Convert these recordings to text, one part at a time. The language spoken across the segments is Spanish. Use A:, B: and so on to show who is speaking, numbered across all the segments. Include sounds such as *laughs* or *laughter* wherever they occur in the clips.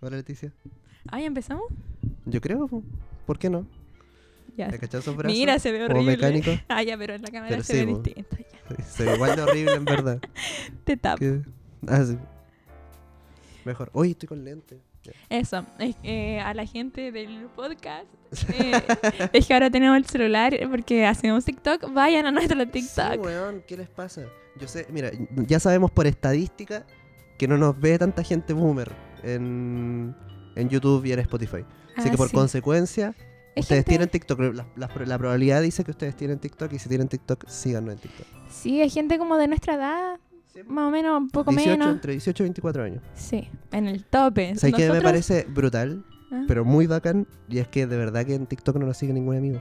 A: Hola Leticia.
B: Ay, empezamos.
A: Yo creo, po. ¿por qué
B: *laughs*
A: no?
B: Ya.
A: ¿Te cachai esos brazos?
B: Mira, se ve
A: Como
B: horrible.
A: mecánico.
B: *laughs* Ah, ya, pero en la cámara
A: Pero
B: se
A: sí,
B: ve
A: po.
B: distinto. Ya.
A: Sí, Se ve igual de horrible en verdad.
B: Te tap. *laughs*
A: Que- Ah, sí. Mejor. Hoy estoy con lente. Ya.
B: Eso. Es que, eh, a la gente del
A: *laughs*
B: podcast. eh, es que ahora tenemos el celular porque hacemos TikTok. Vayan a nuestro
A: Sí,
B: TikTok.
A: weón, ¿qué les pasa? Yo sé, mira, ya sabemos por estadística que no nos ve tanta gente boomer en, en YouTube y en Spotify. Así
B: Ah,
A: que por
B: sí.
A: consecuencia,
B: Es este
A: ustedes
B: gente-
A: tienen TikTok. La, la- la probabilidad dice que ustedes tienen TikTok y si tienen TikTok, síganos en TikTok.
B: Sí, hay gente como de nuestra edad. Más o menos, un poco
A: 18,
B: menos.
A: Entre 18 y 24 años.
B: Sí, en el tope.
A: O sea, que me
B: Nosotros-
A: parece brutal,
B: Ah.
A: pero muy bacán. Y es que de verdad que en TikTok no nos sigue ningún amigo.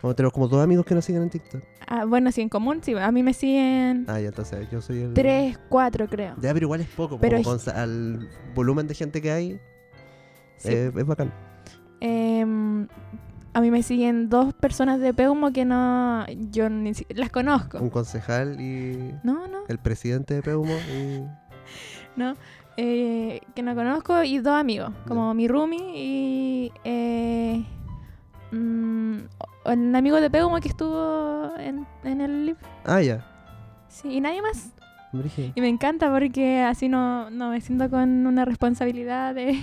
A: Como tenemos como dos amigos que nos siguen en TikTok.
B: Ah, bueno, sí, en común, sí. A mí me siguen
A: Ah, ya, entonces yo soy el.
B: tres, cuatro, creo.
A: Ya, pero igual es poco.
B: Pero
A: Pero
B: es-
A: al volumen de gente que hay,
B: Sí.
A: eh, es bacán.
B: Em, a mí me siguen dos personas de Peumo que no. Yo ni si- las conozco.
A: Un concejal y
B: No, no,
A: el presidente de Peumo. y-
B: no. Eh, que no conozco y dos amigos, como mi Rumi y. eh, mm, o- el amigo de Peumo que estuvo en, en el libro.
A: Ah, ya.
B: Sí, y nadie más.
A: brígido.
B: Y me encanta porque así no, no me siento con una responsabilidad de,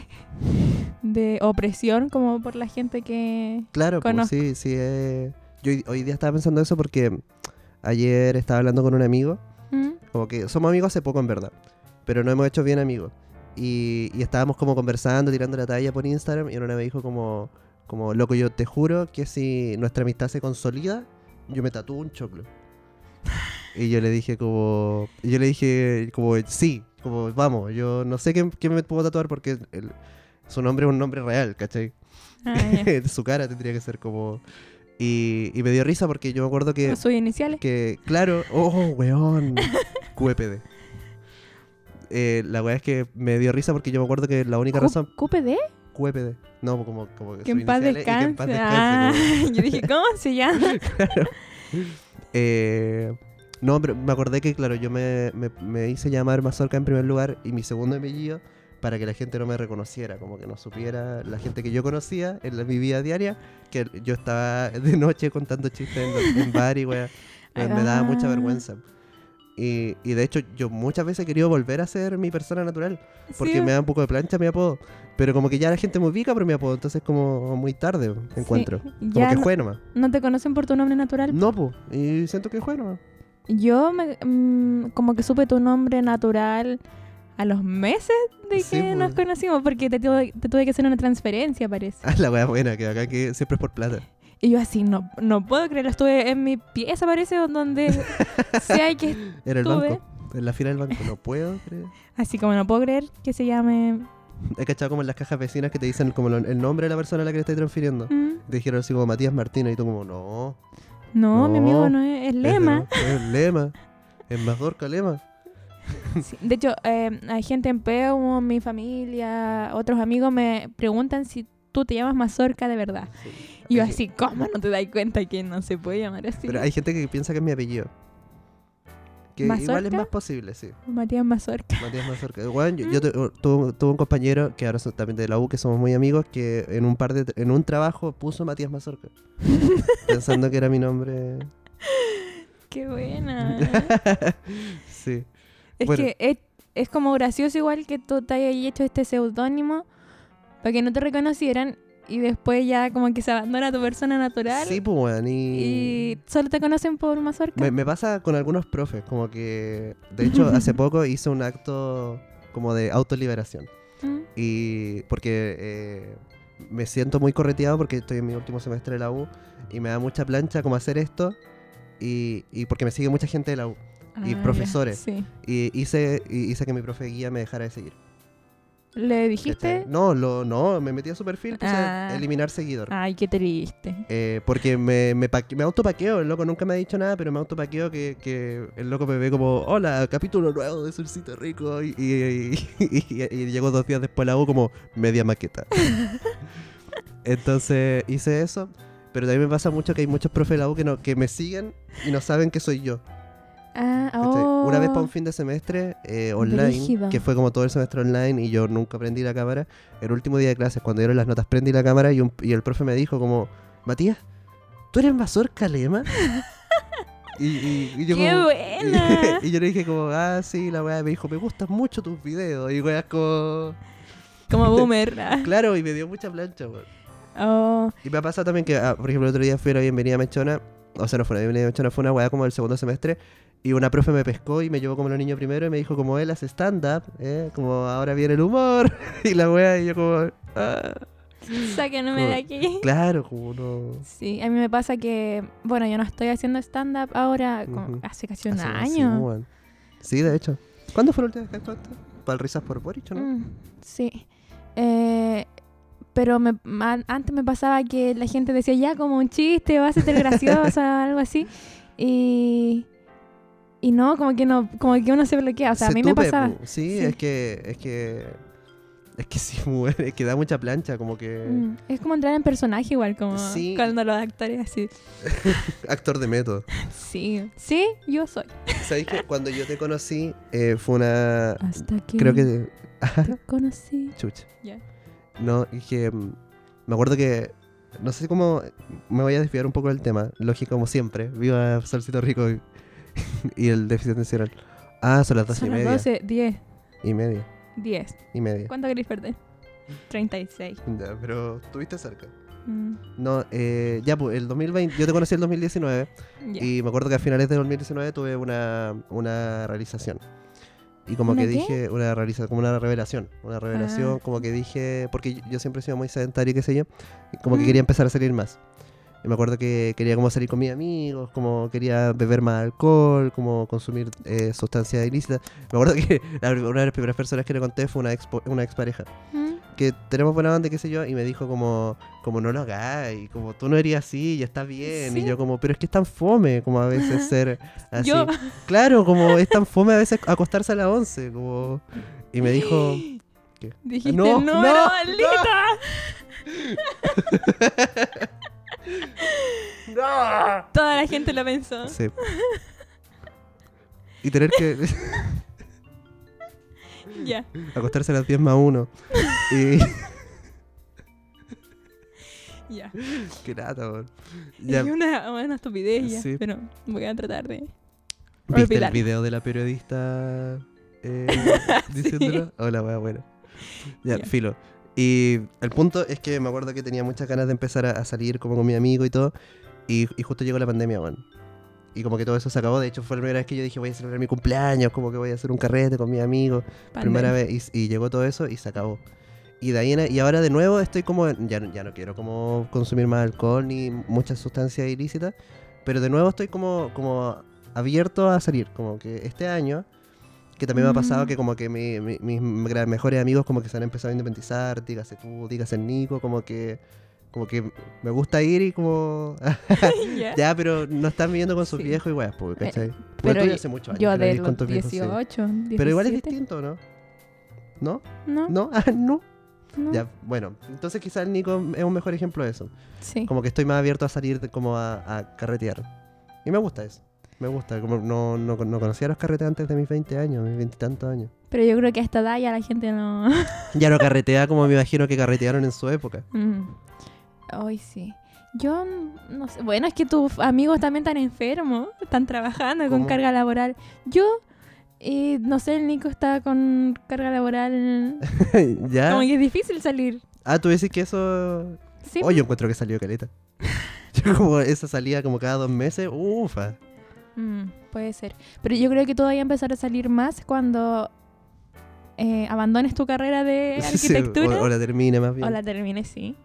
B: de opresión como por la gente que...
A: Claro, pues,
B: Conozco.
A: sí, sí. eh, Yo hoy- hoy día estaba pensando eso porque ayer estaba hablando con un amigo
B: ¿Mm?
A: Como que somos amigos hace poco, en verdad. Pero no hemos hecho bien amigos. Y, y estábamos como conversando, tirando la talla por Instagram. Y una me dijo como, como, loco, yo te juro que si nuestra amistad se consolida, yo me tatúo un choclo. y yo le dije como, y yo le dije como, sí, como, vamos, yo no sé qué, qué me puedo tatuar porque el- su nombre es un nombre real, ¿cachai?
B: Ah, ya.
A: *laughs* su cara tendría que ser como... Y, y me dio risa porque yo me acuerdo *laughs*
B: *laughs*
A: que...
B: Con sus iniciales.
A: Que, claro, oh,
B: *laughs*
A: weón, QPD. Eh, la weá es que me dio risa porque yo me acuerdo que la única
B: Cu-
A: razón,
B: QPD?
A: QPD. No, como, como
B: Que
A: sus
B: en paz
A: iniciales y que
B: descanse.
A: en paz descanse,
B: Ah, yo dije, ¿cómo
A: *laughs*
B: se llama?
A: como- Eh, no, pero me acordé que, claro, yo me, me, me hice llamar Mazorca en primer lugar y mi segundo apellido para que la gente no me reconociera, como que no supiera la gente que yo conocía en la- mi vida diaria, que yo estaba *laughs* de noche contando chistes en, los- en bar y
B: *laughs*
A: weá. Me, me daba mucha
B: Ah.
A: vergüenza. Y, y de hecho, yo muchas veces he querido volver a ser mi persona natural, porque
B: Sí,
A: me da un poco de plancha mi apodo. Pero como que ya la gente me ubica por mi apodo, entonces como muy tarde me
B: sí.
A: encuentro. Como
B: Ya
A: que
B: no,
A: fue nomás.
B: no te conocen por tu nombre natural.
A: No, po. Y siento que fue nomás.
B: Yo me- mm, como que supe tu nombre natural a los meses de que
A: Sí, pues.
B: nos conocimos, porque te, tuve- te tuve que hacer una transferencia, parece.
A: Ah, la wea buena, que acá que siempre es por plata.
B: Y yo así, no, no puedo creerlo, estuve en mi pieza, parece, donde
A: *laughs*
B: sea que...
A: Era el
B: Tuve.
A: banco. En la fila del banco. No puedo creer.
B: Así como no puedo creer que se llame...
A: He cachado como en las cajas vecinas que te dicen como lo- el nombre de la persona a la que le estás transfiriendo.
B: Mm,
A: Te dijeron así como Matías Martínez y tú como, no.
B: No,
A: No,
B: mi amigo no es, es
A: es de-
B: Lema.
A: Es Lema. Es Mazorca Lema.
B: Sí, De hecho, eh, hay gente en Peumo, mi familia, otros amigos me preguntan si tú te llamas Mazorca de verdad. Ah. Y yo
A: Es que-
B: así, ¿cómo no te das cuenta que no se puede llamar así?
A: Pero hay gente que piensa que es mi apellido. Que igual es
B: ¿Mazorca?
A: más posible, sí.
B: Matías Mazorca.
A: Matías Mazorca. Weón, yo, yo tu- tuve tuve un compañero que ahora so- también de la U, que somos muy amigos, que en un par de en un trabajo puso Matías
B: *laughs*
A: Mazorca. pensando que era mi nombre. *laughs*
B: Qué buena.
A: sí.
B: es
A: Bueno.
B: que es, es como gracioso igual que tú te hayas hecho este seudónimo para que no te reconocieran y después ya como que se abandona tu persona natural
A: Sí, pues, weón,
B: y solo te conocen por Mazorca.
A: Me, me pasa con algunos profes, como que, de
B: *laughs*
A: hecho, hace poco hice un acto como de autoliberación.
B: Mm.
A: Y porque eh, me siento muy correteado porque estoy en mi último semestre de la U y me da mucha plancha como hacer esto. Y, y porque me sigue mucha gente de la U. Y
B: Ah, ya,
A: profesores.
B: Sí.
A: Y hice, y hice que mi profe guía me dejara de seguir.
B: ¿Le
A: ¿cachai?
B: dijiste?
A: No, lo, no, me metí a su perfil, puse
B: Ah.
A: eliminar seguidor.
B: Ay, qué triste.
A: Eh, porque me, me, paque- me autopaqueo, el loco nunca me ha dicho nada, pero me autopaqueo que, que el loco me ve como, hola, capítulo nuevo de Surcito Rico. Y, y, y- y- y llegó dos días después la hago como media maqueta. Entonces hice eso, pero también me pasa mucho que hay muchos profes de la U que, no, que me siguen y no saben que soy yo.
B: Ah,
A: ¿cachai?
B: oh.
A: Este, Una vez para un fin de semestre eh, online,
B: Brígido.
A: que fue como todo el semestre online y yo nunca prendí la cámara, el último día de clases, cuando dieron las notas, prendí la cámara y, un- y el profe me dijo como, Matías, ¿tú eres mazorca
B: *laughs*
A: lema? y, y- y yo
B: ¡Qué
A: como-
B: buena!
A: *laughs* y yo le dije como, ah, sí, la weá, me dijo, me gustan mucho tus videos. Y weá, como,
B: Como boomer. ah.
A: claro, y me dio mucha plancha, weón.
B: *laughs* Oh,
A: Y me ha pasado también que, ah, por ejemplo, el otro día fui a la bienvenida a Mechona, o sea, no fue una bienvenida a Mechona, fue una weá como del segundo semestre, y una profe me pescó y me llevó como los niños primero y me dijo, como él hace stand-up, ¿eh? como ahora viene el humor, *laughs* y la weá, y yo como, ah,
B: sáquenme de aquí.
A: claro, como no.
B: Sí, a mí me pasa que, bueno, yo no estoy haciendo stand-up ahora, como
A: Ujú.
B: hace casi un
A: Así- así,
B: año.
A: weón. Sí, de hecho. ¿Cuándo fue la última vez que actuaste? ¿Para el risas por Boric o no?
B: Mm, sí. Eh, pero me, ma- antes me pasaba que la gente decía, ya, como un chiste, vas a ser
A: *laughs*
B: graciosa, algo así. Y, y no, como que no como que uno se bloquea. O sea, a
A: Se
B: mí me
A: tupe,
B: pasaba.
A: pu. Sí,
B: Sí.
A: es que, es que, es que *laughs* sí, weón, es que da mucha plancha, como que
B: Mm, es como entrar en personaje igual, como
A: pues. Sí.
B: cuando los actores así.
A: actor de método.
B: Sí, sí, yo soy.
A: ¿Sabéis que cuando yo te conocí eh, fue una.
B: Hasta que
A: Creo *laughs* que.
B: Mm. te conocí.
A: Chucha.
B: Ya.
A: No, y que. mm, Me acuerdo que. No sé cómo. Me voy a desviar un poco del tema. Lógico, como siempre. Viva Solcito Rico y, *laughs* y el déficit atencional. Ah, son las dos y
B: Son las
A: media.
B: 12, 10,
A: Y media.
B: 10.
A: Y media.
B: ¿Cuánto queréis perder? 36.
A: Ya, pero estuviste cerca.
B: Mm,
A: No, eh, ya, pues el 2020. Yo te conocí el 2019.
B: ya.
A: Y me acuerdo que a finales de 2019 tuve una, una realización. Y como
B: ¿Una
A: que
B: qué?
A: dije, una realización, como una revelación. Una revelación,
B: Ah.
A: como que dije, porque yo- yo siempre he sido muy sedentario y qué sé yo, y como que
B: Mm.
A: quería empezar a salir más. Y me acuerdo que quería como salir con mis amigos, como quería beber más alcohol, como consumir eh, sustancias ilícitas. Me acuerdo que *laughs* la- una de las primeras personas que le conté fue una, expo- una expareja
B: Mm.
A: que tenemos buena banda, qué sé yo, y me dijo como, como no lo hagáis, como tú no eres así, ya está bien. Y
B: Sí.
A: yo como, pero es que es tan fome como a
B: *laughs*
A: veces ser así.
B: Yo.
A: Claro, como es tan fome a veces acostarse a las 11, como... Y me
B: *gasps*
A: dijo, ¿Qué?
B: *laughs* Dijiste
A: No,
B: no,
A: no,
B: no,
A: no.
B: maldita.
A: ¡No!
B: Toda la gente lo pensó.
A: Sí. Y tener
B: *laughs*
A: que
B: Ya.
A: acostarse a las 10 más 1.
B: *laughs*
A: Y...
B: Ya.
A: qué lata, weón. *laughs* Ya,
B: Es una, una estupidez ya,
A: Sí.
B: pero voy a tratar de...
A: ¿Viste el
B: olvidar.
A: video de la periodista eh, diciéndolo? Hola, wea, bueno. Ya,
B: Ya.
A: filo. Y el punto es que me acuerdo que tenía muchas ganas de empezar a, a salir como con mi amigo y todo. Y, y justo llegó la pandemia, weón. Y como que todo eso se acabó. De hecho, fue la primera vez que yo dije, voy a celebrar mi cumpleaños, como que voy a hacer un carrete con mis amigos primera
B: pandemia.
A: vez y, y llegó todo eso y se acabó. Y, de ahí en- y ahora de nuevo estoy como, en- ya, no- ya no quiero como consumir más alcohol ni muchas sustancias ilícitas, pero de nuevo estoy como, como abierto a salir, como que este año, que también me ha pasado
B: Mm.
A: que como que mi- mi- mis gra- mejores amigos como que se han empezado a independizar, dígase tú, dígase el Nico, como que, como que me gusta ir y como...
B: *laughs*
A: *laughs*
B: Ya.
A: ya, pero no están viviendo con sus
B: Sí. Eh,
A: viejos y weas, pues, ¿cachai?
B: pero
A: tú
B: yo-
A: ya hace muchos años
B: Yo
A: que no
B: de
A: vivís con
B: los
A: tus viejos, sí.
B: 18, 17.
A: Pero igual es distinto, ¿no? ¿No?
B: No,
A: No, *laughs* ah, no.
B: no.
A: Ya, bueno, entonces quizás el Nico es un mejor ejemplo de eso.
B: Sí.
A: Como que estoy más abierto a salir, de- como a, a carretear. Y me gusta eso. Me gusta, como no, no, no conocía a los carreteantes de mis 20 años, mis 20 y tantos años.
B: Pero yo creo que a esta edad ya la gente no...
A: Ya no carretea como me imagino que carretearon en su época. *laughs*
B: Mm. Hoy sí. Yo mm, no sé. Bueno, es que tus amigos también están enfermos, están trabajando
A: ¿Cómo?
B: con carga laboral. Yo, eh, no sé, el Nico está con carga laboral.
A: ya.
B: Como que es difícil salir.
A: Ah, tú decís que eso.
B: Sí,
A: Oh, yo encuentro que salió caleta. *laughs* Yo como esa salida como cada dos meses, ufa.
B: Mm, puede ser. Pero yo creo que todavía empezar a salir más cuando eh, abandones tu carrera de
A: *laughs* Sí,
B: arquitectura.
A: o, o la termina más
B: o
A: bien.
B: la termines, sí.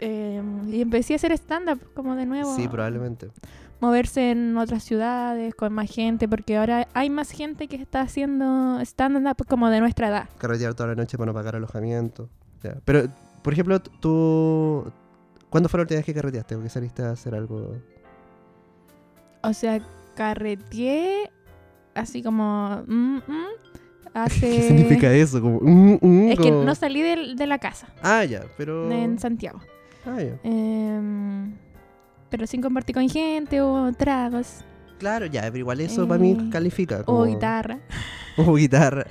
B: Eh, y empecé a hacer stand-up como de nuevo.
A: sí, probablemente.
B: moverse en otras ciudades con más gente, porque ahora hay más gente que está haciendo stand-up como de nuestra edad.
A: carretear toda la noche para no pagar alojamiento. Ya. Pero, por ejemplo, t- tú. ¿Cuándo fue la última vez que carreteaste o que saliste a hacer algo?
B: O sea, carreteé así como... mm, mm,
A: *laughs*
B: hace...
A: ¿Qué significa eso? Como, mm, mm,
B: Eh, Es que
A: como-
B: no salí del- de, la casa
A: Ah, ya, pero.
B: en Santiago.
A: Ah, ya.
B: Em, pero sin compartir con gente o tragos.
A: Claro, ya, pero igual eso
B: Eh,
A: para mí califica.
B: O
A: como-
B: guitarra.
A: *laughs*
B: *laughs*
A: O guitarra.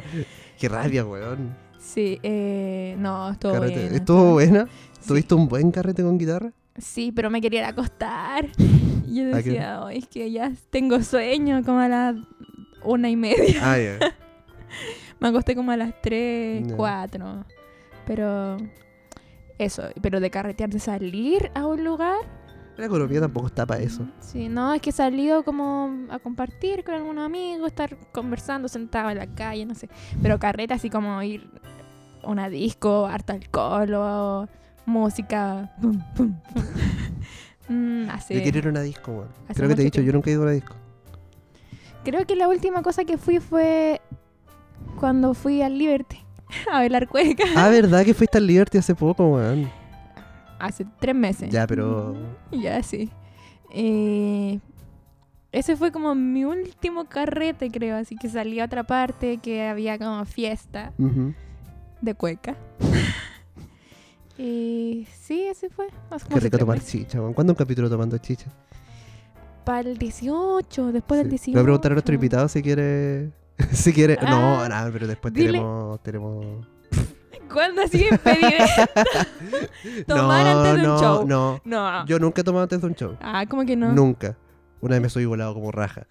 A: Qué rabia, weón.
B: Sí, eh, no, estuvo
A: Carrete.
B: bueno.
A: ¿Estuvo buena?
B: Sí.
A: ¿Tuviste un buen carrete con
B: *laughs*
A: guitarra?
B: Sí, pero me quería ir a acostar. Y yo
A: ¿A qué?
B: decía, "Ay, es que ya tengo sueño, como a las una y media. *laughs*
A: Ah, ya.
B: Me acosté como a las tres,
A: Ya.
B: cuatro. Pero eso, pero de carretear, de salir a un lugar.
A: La economía tampoco está para eso.
B: Sí, no, es que he salido como a compartir con algún amigo, estar conversando sentado en la calle, no sé. Pero carreta así como ir a una disco, harta alcohol o música. Pum, pum,
A: *laughs*
B: pum. Mm,
A: Yo
B: así.
A: quiero ir a una disco, weón.
B: Hace
A: Creo que te he dicho,
B: mucho
A: yo nunca he ido a una disco.
B: Creo que la última cosa que fui fue cuando fui al Liberty *laughs* a bailar cueca.
A: Ah, ¿verdad que fuiste al Liberty hace poco, weón?
B: Hace tres meses.
A: Ya, pero...
B: Ya, sí. Eh, ese fue como mi último carrete, creo. Así que salí a otra parte, que había como fiesta
A: Ujú.
B: de cueca. *laughs* y sí, ese fue. Hace como
A: Qué rico
B: tres
A: tomar
B: meses.
A: chicha, weón. ¿Cuándo un capítulo tomando chicha?
B: Para el 18, después del
A: Sí.
B: 18.
A: Le voy a preguntar a nuestro invitado si quiere... *laughs* si quiere...
B: Ah,
A: no, nada, pero después
B: dile.
A: tenemos... tenemos...
B: *laughs* ¿Cuándo así
A: *laughs*
B: impedimento? Tomar
A: no,
B: antes de un
A: no,
B: show.
A: no.
B: No.
A: Yo nunca he tomado antes de un show.
B: Ah, como que no.
A: Nunca. Una vez
B: *laughs*
A: me subí volado como raja.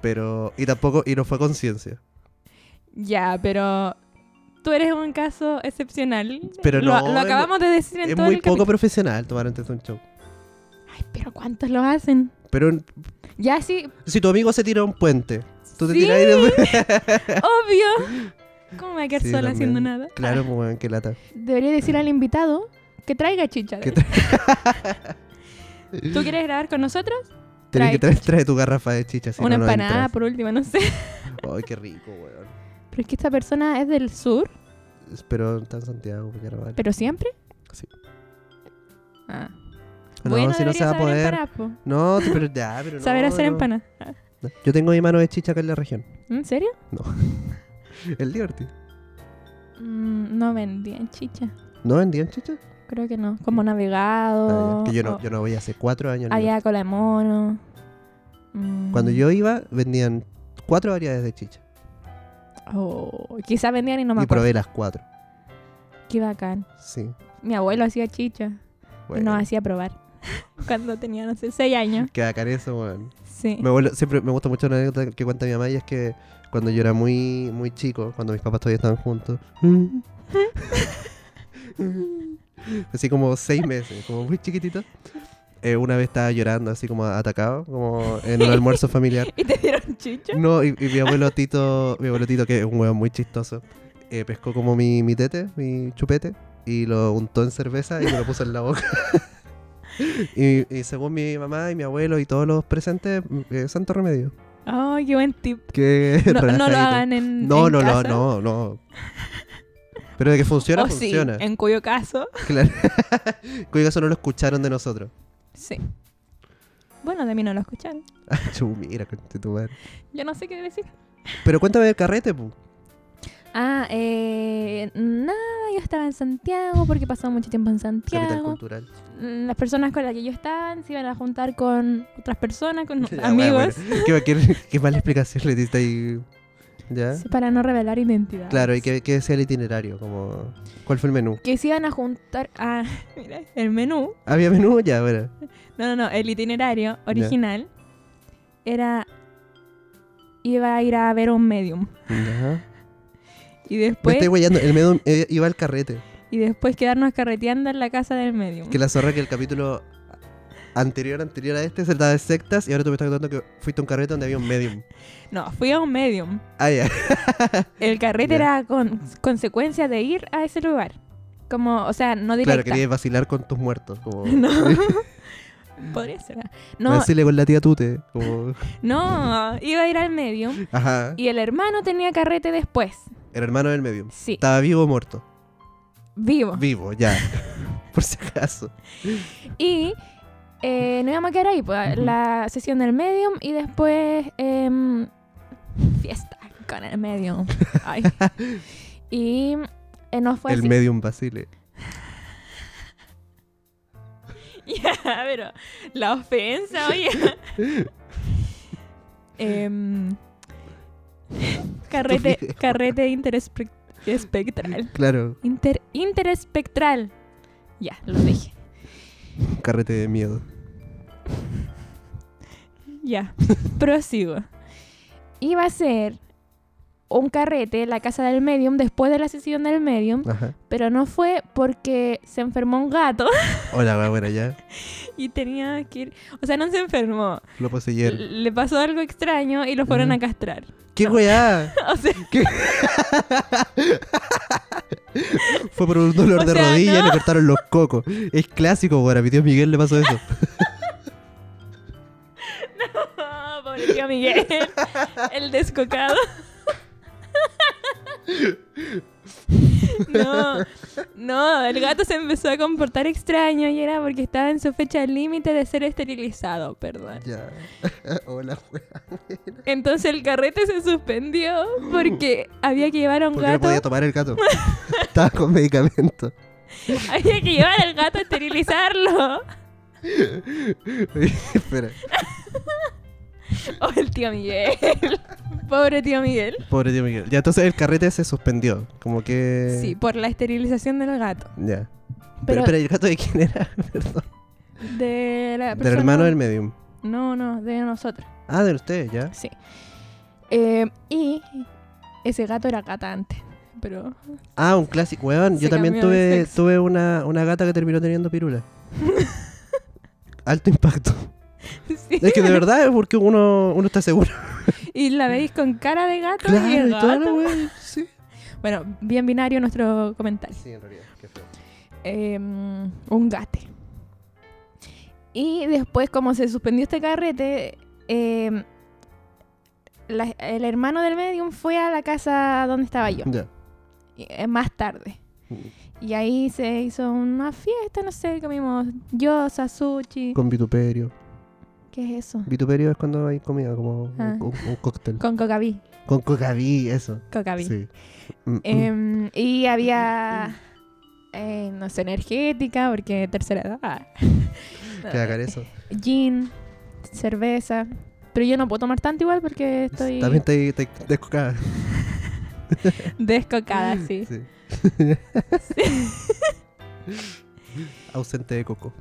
A: Pero... Y tampoco... Y no fue a conciencia.
B: Ya, pero tú eres un caso excepcional.
A: Pero
B: lo,
A: no,
B: lo
A: es-
B: acabamos de decir en
A: Es
B: todo
A: muy
B: el
A: poco
B: capítulo.
A: profesional tomar antes de un show.
B: Ay, pero ¿cuántos lo hacen?
A: Pero
B: Ya sí,
A: si tu amigo se tira a un puente, tú te
B: Sí.
A: tiras ahí de...
B: obvio.
A: *laughs*
B: ¿Cómo me voy a quedar
A: Sí,
B: sola haciendo
A: también.
B: nada?
A: Claro, pues, weón, qué lata.
B: Debería decir al invitado que traiga chicha.
A: Que
B: ¿Tú quieres grabar con nosotros?
A: Tienes que
B: Trae
A: traer, trae tu garrafa de chicha. Si
B: Una
A: no, no
B: empanada, pues.
A: entras.
B: por último, no sé.
A: Ay, qué rico, weón.
B: Pero es que esta persona es del sur,
A: Pero está en Santiago, porque no vale.
B: pero siempre.
A: Sí.
B: Ah.
A: No,
B: bueno,
A: si no se
B: debería
A: va a
B: saber
A: poder.
B: empanar, po.
A: No, t- pero ya, pero no.
B: *laughs* Saber hacer
A: no.
B: empanadas.
A: No. Yo tengo mi mano de chicha acá en la región.
B: ¿En serio?
A: El Liberty.
B: Mm, no vendían chicha.
A: ¿No vendían chicha?
B: Creo que no. Como
A: Ah, ya.
B: navegado.
A: que yo no,
B: o-
A: yo no voy hace cuatro años. al Liberty.
B: Había cola de mono. Mm.
A: Cuando yo iba, vendían cuatro variedades de chicha.
B: Oh, quizás vendían y no me
A: y
B: acuerdo.
A: probé las cuatro.
B: Qué bacán.
A: Sí.
B: Mi abuelo hacía chicha y
A: Bueno,
B: nos hacía probar. *laughs* Cuando tenía, no sé, 6 años.
A: qué bacán eso, weón.
B: Sí.
A: Mi abuelo- siempre me gusta mucho una anécdota que cuenta mi mamá y es que cuando yo era muy, muy chico, cuando mis papás todavía estaban juntos, *laughs* así como seis meses, como muy chiquitito, eh, una vez estaba llorando, así como atacado, como en un almuerzo familiar.
B: ¿Y te dieron chicha?
A: No, y, y mi abuelo Tito, mi abuelo Tito, que es un hueón muy chistoso, eh, pescó como mi, mi tete, mi chupete, y lo untó en cerveza y me lo puso en la boca. *laughs* y, y según mi mamá y mi abuelo y todos los presentes, eh, santo remedio.
B: Ay, qué buen tip.
A: Que
B: No, no lo
A: relajadito.
B: hagan en.
A: No,
B: en
A: no, no,
B: casa.
A: no, no. Pero de que funciona,
B: O sí, Eh.
A: funciona.
B: en cuyo caso.
A: Claro. Cuyo caso no lo escucharon de nosotros. *laughs*
B: Sí. Bueno, de mí no lo escucharon.
A: Chu, mira, conche tu madre.
B: Yo no sé qué decir.
A: Pero cuéntame del carrete, pu.
B: Ah, eh. Nada, yo estaba en Santiago porque pasaba mucho tiempo en
A: Capital
B: Santiago.
A: cultural.
B: Mm, las personas con las que yo estaba se iban a juntar con otras personas, con
A: *laughs* Ya, bueno,
B: amigos,
A: bueno. Qué, qué- qué mala explicación le diste ahí. ¿Ya?
B: sí, para no revelar identidad.
A: Claro, y que, que sea el itinerario, como... ¿Cuál fue el menú?
B: Que se iban a juntar *laughs* a... Mira, el menú.
A: ¿Había menú? Ya, bueno.
B: No, no, no, el itinerario original era... Iba a ir a ver un medium.
A: Ya.
B: Y
A: Me
B: después,
A: estoy guayando. El menú eh, iba al carrete.
B: y después quedarnos carreteando en la casa del medium.
A: Que la zorra que el capítulo anterior, anterior a este, se trataba de sectas y ahora tú me estás contando que fuiste a un carrete donde había un medium.
B: No, fui a un medium.
A: Ah, ya.
B: El carrete
A: Ya.
B: era con consecuencia de ir a ese lugar. Como, o sea, no
A: Claro,
B: directa.
A: querías vacilar con tus muertos. Como... *laughs*
B: *laughs* No. Podría ser. ah. No,
A: Vacile con la tía Tute. Como...
B: *laughs* No, iba a ir al medium
A: Ajá.
B: y el hermano tenía carrete después.
A: El hermano del medium.
B: Sí, Oh.
A: ¿Estaba vivo o muerto?
B: vivo.
A: Vivo, ya. *laughs* Por si acaso.
B: Y eh, nos íbamos a quedar ahí, pues,
A: Ujú.
B: la sesión del medium y después em, fiesta con el
A: *laughs*
B: medium. Ay. Y eh, nos fue
A: el
B: *laughs* así.
A: medium Basile. *laughs*
B: Ya, pero la ofensa, oye. Em, carrete,
A: video.
B: carrete interespectral.
A: Claro,
B: Inter, interespectral. Ya, lo dije.
A: carrete de miedo.
B: Ya, prosigo. Iba a ser un carrete en la casa del medium después de la sesión del medium,
A: Ajá.
B: pero no fue porque se enfermó un gato *laughs*
A: Hola, va, bueno, ya.
B: y tenía que ir... O sea, no se enfermó.
A: Lo poseyeron.
B: Le pasó algo extraño y lo fueron a
A: Ujú.
B: castrar. *laughs*
A: ¡Qué weá!
B: O sea,
A: Fue por un dolor
B: O
A: de
B: sea,
A: rodilla
B: no.
A: le cortaron los cocos. Es clásico, weón. A mi tío Miguel le pasó eso.
B: pobre tío Ah, Miguel, el descocado. No, no, el gato se empezó a comportar extraño y era porque estaba en su fecha límite de ser esterilizado, perdón.
A: *laughs* ya. *laughs* Hola, weá.
B: Entonces el carrete se suspendió porque había que llevar a un
A: Porque no
B: gato,
A: podía tomar el
B: *laughs*
A: gato. Estaba con medicamento.
B: había que llevar al gato a esterilizarlo.
A: Espera.
B: Oh, el tío Miguel. Pobre tío Miguel.
A: Pobre tío Miguel. Ya, entonces el carrete se suspendió. Como que.
B: Sí, por la esterilización del gato.
A: Ya. Pero,
B: Pero-
A: pero el gato de quién era? *laughs*
B: De la
A: Del
B: persona-
A: hermano del medium.
B: No, no, de nosotros.
A: Ah, de usted, ya.
B: Sí. Eh, y ese gato era gata antes. Pero. *laughs*
A: Ah, un clásico, weón.
B: Se
A: Yo también
B: cambió de
A: tuve,
B: sexo.
A: tuve una, una gata que terminó teniendo pirula.
B: *laughs*
A: Alto impacto.
B: Sí.
A: Es que
B: *laughs*
A: de verdad es porque uno, uno está seguro.
B: Y la veis con cara de gato y
A: Claro,
B: de
A: y todo
B: gato.
A: lo weón. Sí.
B: Bueno, bien binario nuestro comentario.
A: en realidad, qué feo.
B: Eh, un gate. Y después, como se suspendió este carrete, eh, la- el hermano del medium fue a la casa donde estaba yo.
A: Ya.
B: y- eh, más tarde.
A: Mm.
B: Y ahí se hizo una fiesta, no sé, comimos yosa, sushi.
A: Con vituperio.
B: ¿Qué es eso?
A: Vituperio es cuando hay comida, como un-
B: Ah.
A: un, un cóctel.
B: Con cocaví.
A: Con cocaví, eso.
B: Cocaví.
A: Sí. Mm, mm.
B: Em, y había, eh, no sé, energética, porque tercera edad.
A: Te hagan eso.
B: Gin, cerveza. Pero yo no puedo tomar tanto igual porque estoy
A: También te, te, te cocada.
B: descocada, sí. *laughs*
A: Sí. *laughs* Ausente de coco.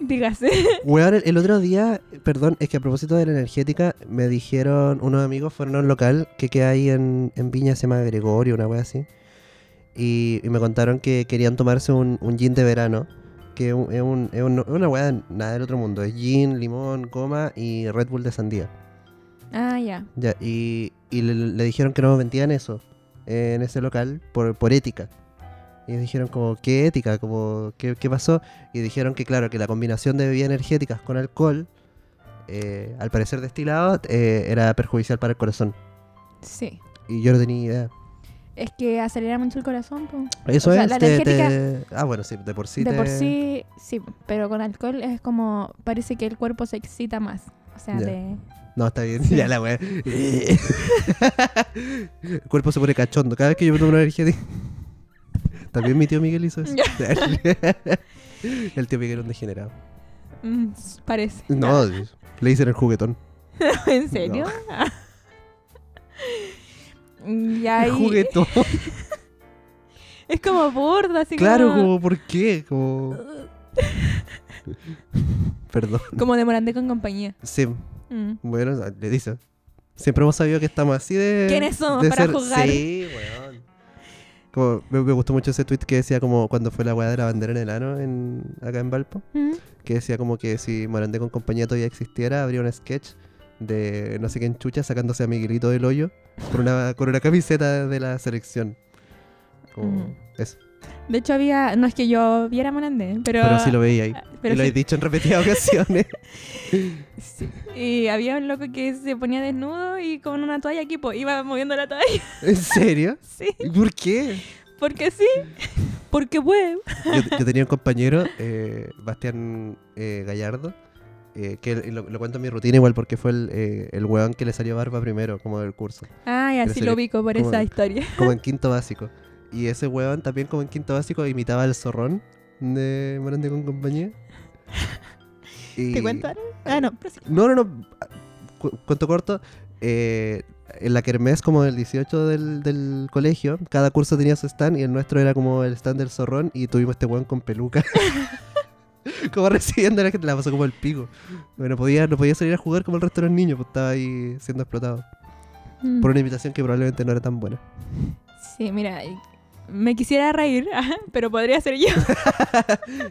B: Dígase.
A: *laughs* Weón, el, el otro día, perdón, es que a propósito de la energética, me dijeron unos amigos, fueron a un local que queda ahí en, en Viña, se llama Gregorio, una wea así. Y, y me contaron que querían tomarse un, un gin de verano, que es, un- es un- es un- es una wea nada del otro mundo. Es gin, limón, goma y Red Bull de sandía.
B: Ah, ya.
A: Ya, y, y le, le dijeron que no vendían eso eh, en ese local por, por ética. Y ellos dijeron como, ¿qué ética? Como, ¿qué, qué pasó? Y dijeron que claro, que la combinación de bebidas energéticas con alcohol, eh, al parecer destilado, eh, era perjudicial para el corazón.
B: Sí.
A: Y yo no tenía idea.
B: Es que acelera mucho el corazón, po.
A: Eso
B: O sea,
A: es...
B: la
A: te- te- Ah, bueno, sí, de por sí.
B: de por
A: te-
B: sí, sí, pero con alcohol es como, parece que el cuerpo se excita más. O sea,
A: Ya.
B: de...
A: No, está bien, *laughs*
B: Sí.
A: ya la wea. el cuerpo se pone cachondo. Cada vez que yo me tomo una energética. *laughs* También mi tío Miguel hizo eso. *laughs* el tío Miguel es un degenerado.
B: Mm, s- parece. *laughs*
A: No, le dicen el juguetón.
B: ¿En
A: *laughs*
B: serio? *laughs* y
A: El
B: ahí
A: juguetón.
B: es como burdo, así
A: Claro,
B: como...
A: como, ¿por qué? Como. Perdón.
B: Como de Morandé con compañía.
A: Sí,
B: Mm.
A: bueno, ah, le dicen. Siempre hemos sabido que estamos así de.
B: ¿Quiénes somos
A: de
B: para
A: ser-
B: juzgar?
A: Sí, weón. Como, me, me gustó mucho ese tweet que decía como cuando fue la weá de la bandera en el ano en, acá en Valpo.
B: Mm.
A: que decía como que si Morandé con compañía todavía existiera, habría un sketch de no sé quién chucha sacándose a Miguelito del hoyo con una, con una camiseta de la selección. Como
B: Ujú.
A: eso.
B: De hecho había... No es que yo viera Morandé, pero... ah,
A: Pero sí lo veía ahí.
B: pero
A: y lo
B: sí-
A: he dicho en repetidas
B: *laughs*
A: ocasiones.
B: sí. Y había un loco que se ponía desnudo y con una toalla aquí, pues iba moviendo la toalla. *laughs*
A: ¿En serio?
B: Sí,
A: ¿Y ¿Por qué?
B: porque sí. Porque puede.
A: Yo, yo tenía un compañero, eh, Bastián eh, Gallardo, eh, que él- lo, lo cuento en mi rutina igual porque fue el, eh, el weón que le salió barba primero, como del curso.
B: Ay, Ah, así
A: Parece
B: lo
A: que-
B: ubico por
A: como-
B: esa historia.
A: *laughs* como en quinto básico. Y ese weón también como en quinto básico imitaba al zorrón de Morandé con compañía. Y-
B: ¿Te cuento ahora? Ah, no, pero sí.
A: No, no, no. cu- cuento corto, eh, en la kermés como el 18 del, del colegio, cada curso tenía su stand y el nuestro era como el stand del zorrón y tuvimos este weón con peluca. *laughs* como recibiendo a la gente, la pasó como el pico. Bueno, podía, no podía salir a jugar como el resto de los niños, pues estaba ahí siendo explotado.
B: Mm.
A: Por una invitación que probablemente no era tan buena.
B: Sí, mira, y- me quisiera reír, *laughs* ah, pero podría ser yo.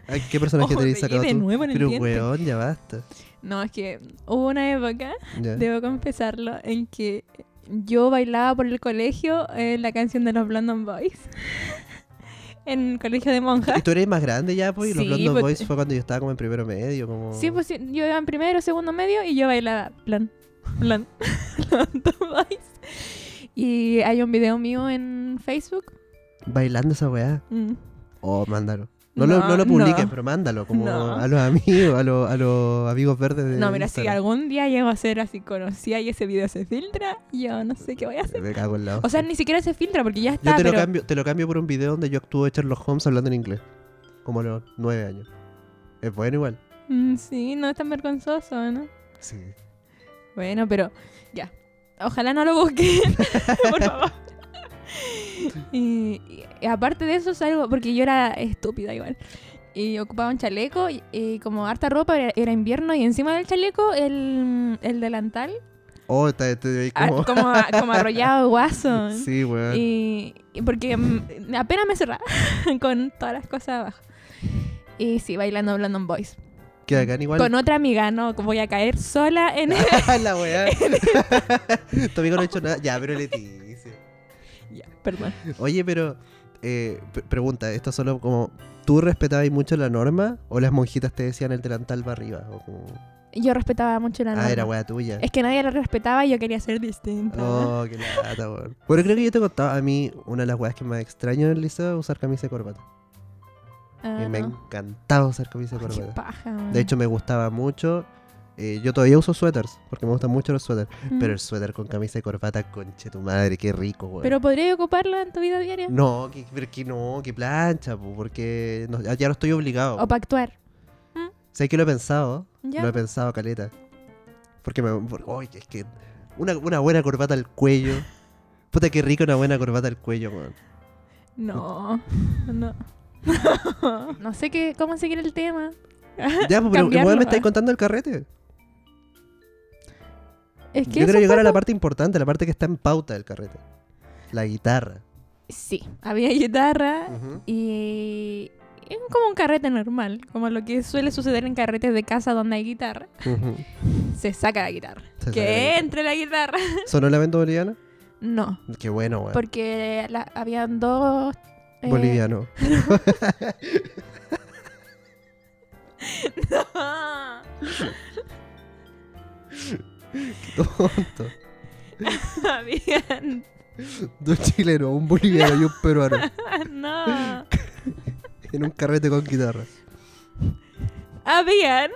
A: Ay, ¿Qué personaje
B: Ojo,
A: te
B: pegué
A: habéis sacado
B: de
A: tú?
B: nuevo en el
A: Pero
B: diente.
A: weón, ya basta.
B: No, es que hubo una época,
A: Ya.
B: debo confesarlo, en que yo bailaba por el colegio eh, la canción de los Blondon Boys. *laughs* en el colegio de monjas.
A: Y tú eres más grande ya, pues, y los
B: Sí,
A: London
B: pues-
A: Boys fue cuando yo estaba como en primero medio, como...
B: Sí, pues sí, yo iba en primero, segundo medio y yo bailaba plan, *laughs* plan, Blondon Boys. Y hay un video mío en Facebook.
A: Bailando esa weá.
B: Mm.
A: Oh, mándalo. No, lo,
B: No,
A: no lo publiques,
B: no.
A: pero mándalo, como
B: No.
A: a los amigos, a, los- a los amigos verdes de
B: No, mira, si
A: Instagram.
B: algún día llego a ser así conocida y ese video se filtra, yo no sé qué voy a
A: *laughs*
B: hacer.
A: Me cago en la
B: O
A: hostia.
B: sea, ni siquiera se filtra porque ya
A: Yo
B: está,
A: te lo,
B: pero
A: cambio, te lo cambio por un video donde yo actúo de Sherlock Holmes hablando en inglés. Como a los nueve años. Es bueno igual.
B: Mm, sí, no es tan vergonzoso, ¿no?
A: Sí.
B: Bueno, pero ya. Ojalá no lo busquen, *laughs* por favor. Y, y aparte de eso salgo, porque yo era estúpida igual. Y ocupaba un chaleco y, y como harta ropa, era, era invierno y encima del chaleco el, el delantal,
A: Oh, está, está ahí
B: ah,
A: como...
B: como, a-
A: *laughs*
B: como arrollado de guaso.
A: Sí, weón.
B: Ah, Y, y porque mm, apenas me cerraba *laughs* con todas las cosas abajo. Y sí, bailando Blondon Boys.
A: Que hagan igual. *laughs* Ah.
B: Con otra amiga, no, voy a caer sola en
A: la weá. *laughs* tu amigo no ha hecho nada. Ya, pero Leticia.
B: *laughs* Ya, perdón.
A: Oye, pero eh, pre- pregunta, esto solo como tú respetabas mucho la norma o las monjitas te decían el delantal va arriba o como-
B: Yo respetaba mucho la
A: ah,
B: norma.
A: era weá tuya.
B: Es que nadie la respetaba y yo quería ser distinta.
A: Oh, qué lata, weón. Bueno, creo que yo te contaba a mí una de las weas que más extraño en el liceo es usar camisa y corbata.
B: Ah,
A: y me
B: no.
A: encantaba usar camisa y
B: Qué
A: corbata.
B: paja, man.
A: De hecho, me gustaba mucho. eh, yo todavía uso suéteres, porque me gustan mucho los suéteres.
B: Mm.
A: Pero el suéter con camisa y corbata, conche tu madre, qué rico, weón.
B: Pero podría ocuparla en tu vida diaria.
A: No, que, pero que no, que plancha, po, porque no- ya no estoy obligado.
B: O para actuar.
A: Sé que lo he pensado,
B: Ya.
A: lo he pensado, Caleta. Porque me... por- Oye, es que una, una buena corbata al cuello.
B: *laughs*
A: Puta, qué rico una buena corbata al cuello, weón.
B: No. *laughs* No. no sé qué, cómo seguir el tema. *laughs*
A: Ya, pues, pero
B: Cambiarlo,
A: igual me
B: ah.
A: estáis contando el carrete.
B: Es que
A: Yo
B: eso
A: quiero llegar
B: fue
A: a la
B: como-
A: parte importante, la parte que está en pauta del carrete. La guitarra.
B: Sí, había guitarra
A: Ujú.
B: y... Es como un carrete normal, como lo que suele suceder en carretes de casa donde hay guitarra. *laughs*
A: Ujú.
B: Se saca la guitarra.
A: Se saca la
B: que
A: guitarra.
B: entre la guitarra. *laughs*
A: ¿Sonó la venta boliviana?
B: No,
A: Qué bueno, weón.
B: Porque la- habían dos. eh, *laughs*
A: Boliviano. Tonto.
B: *laughs* habían.
A: Dos chilenos, un boliviano y un
B: *laughs*
A: peruano.
B: No.
A: En un carrete con guitarra.
B: Habían.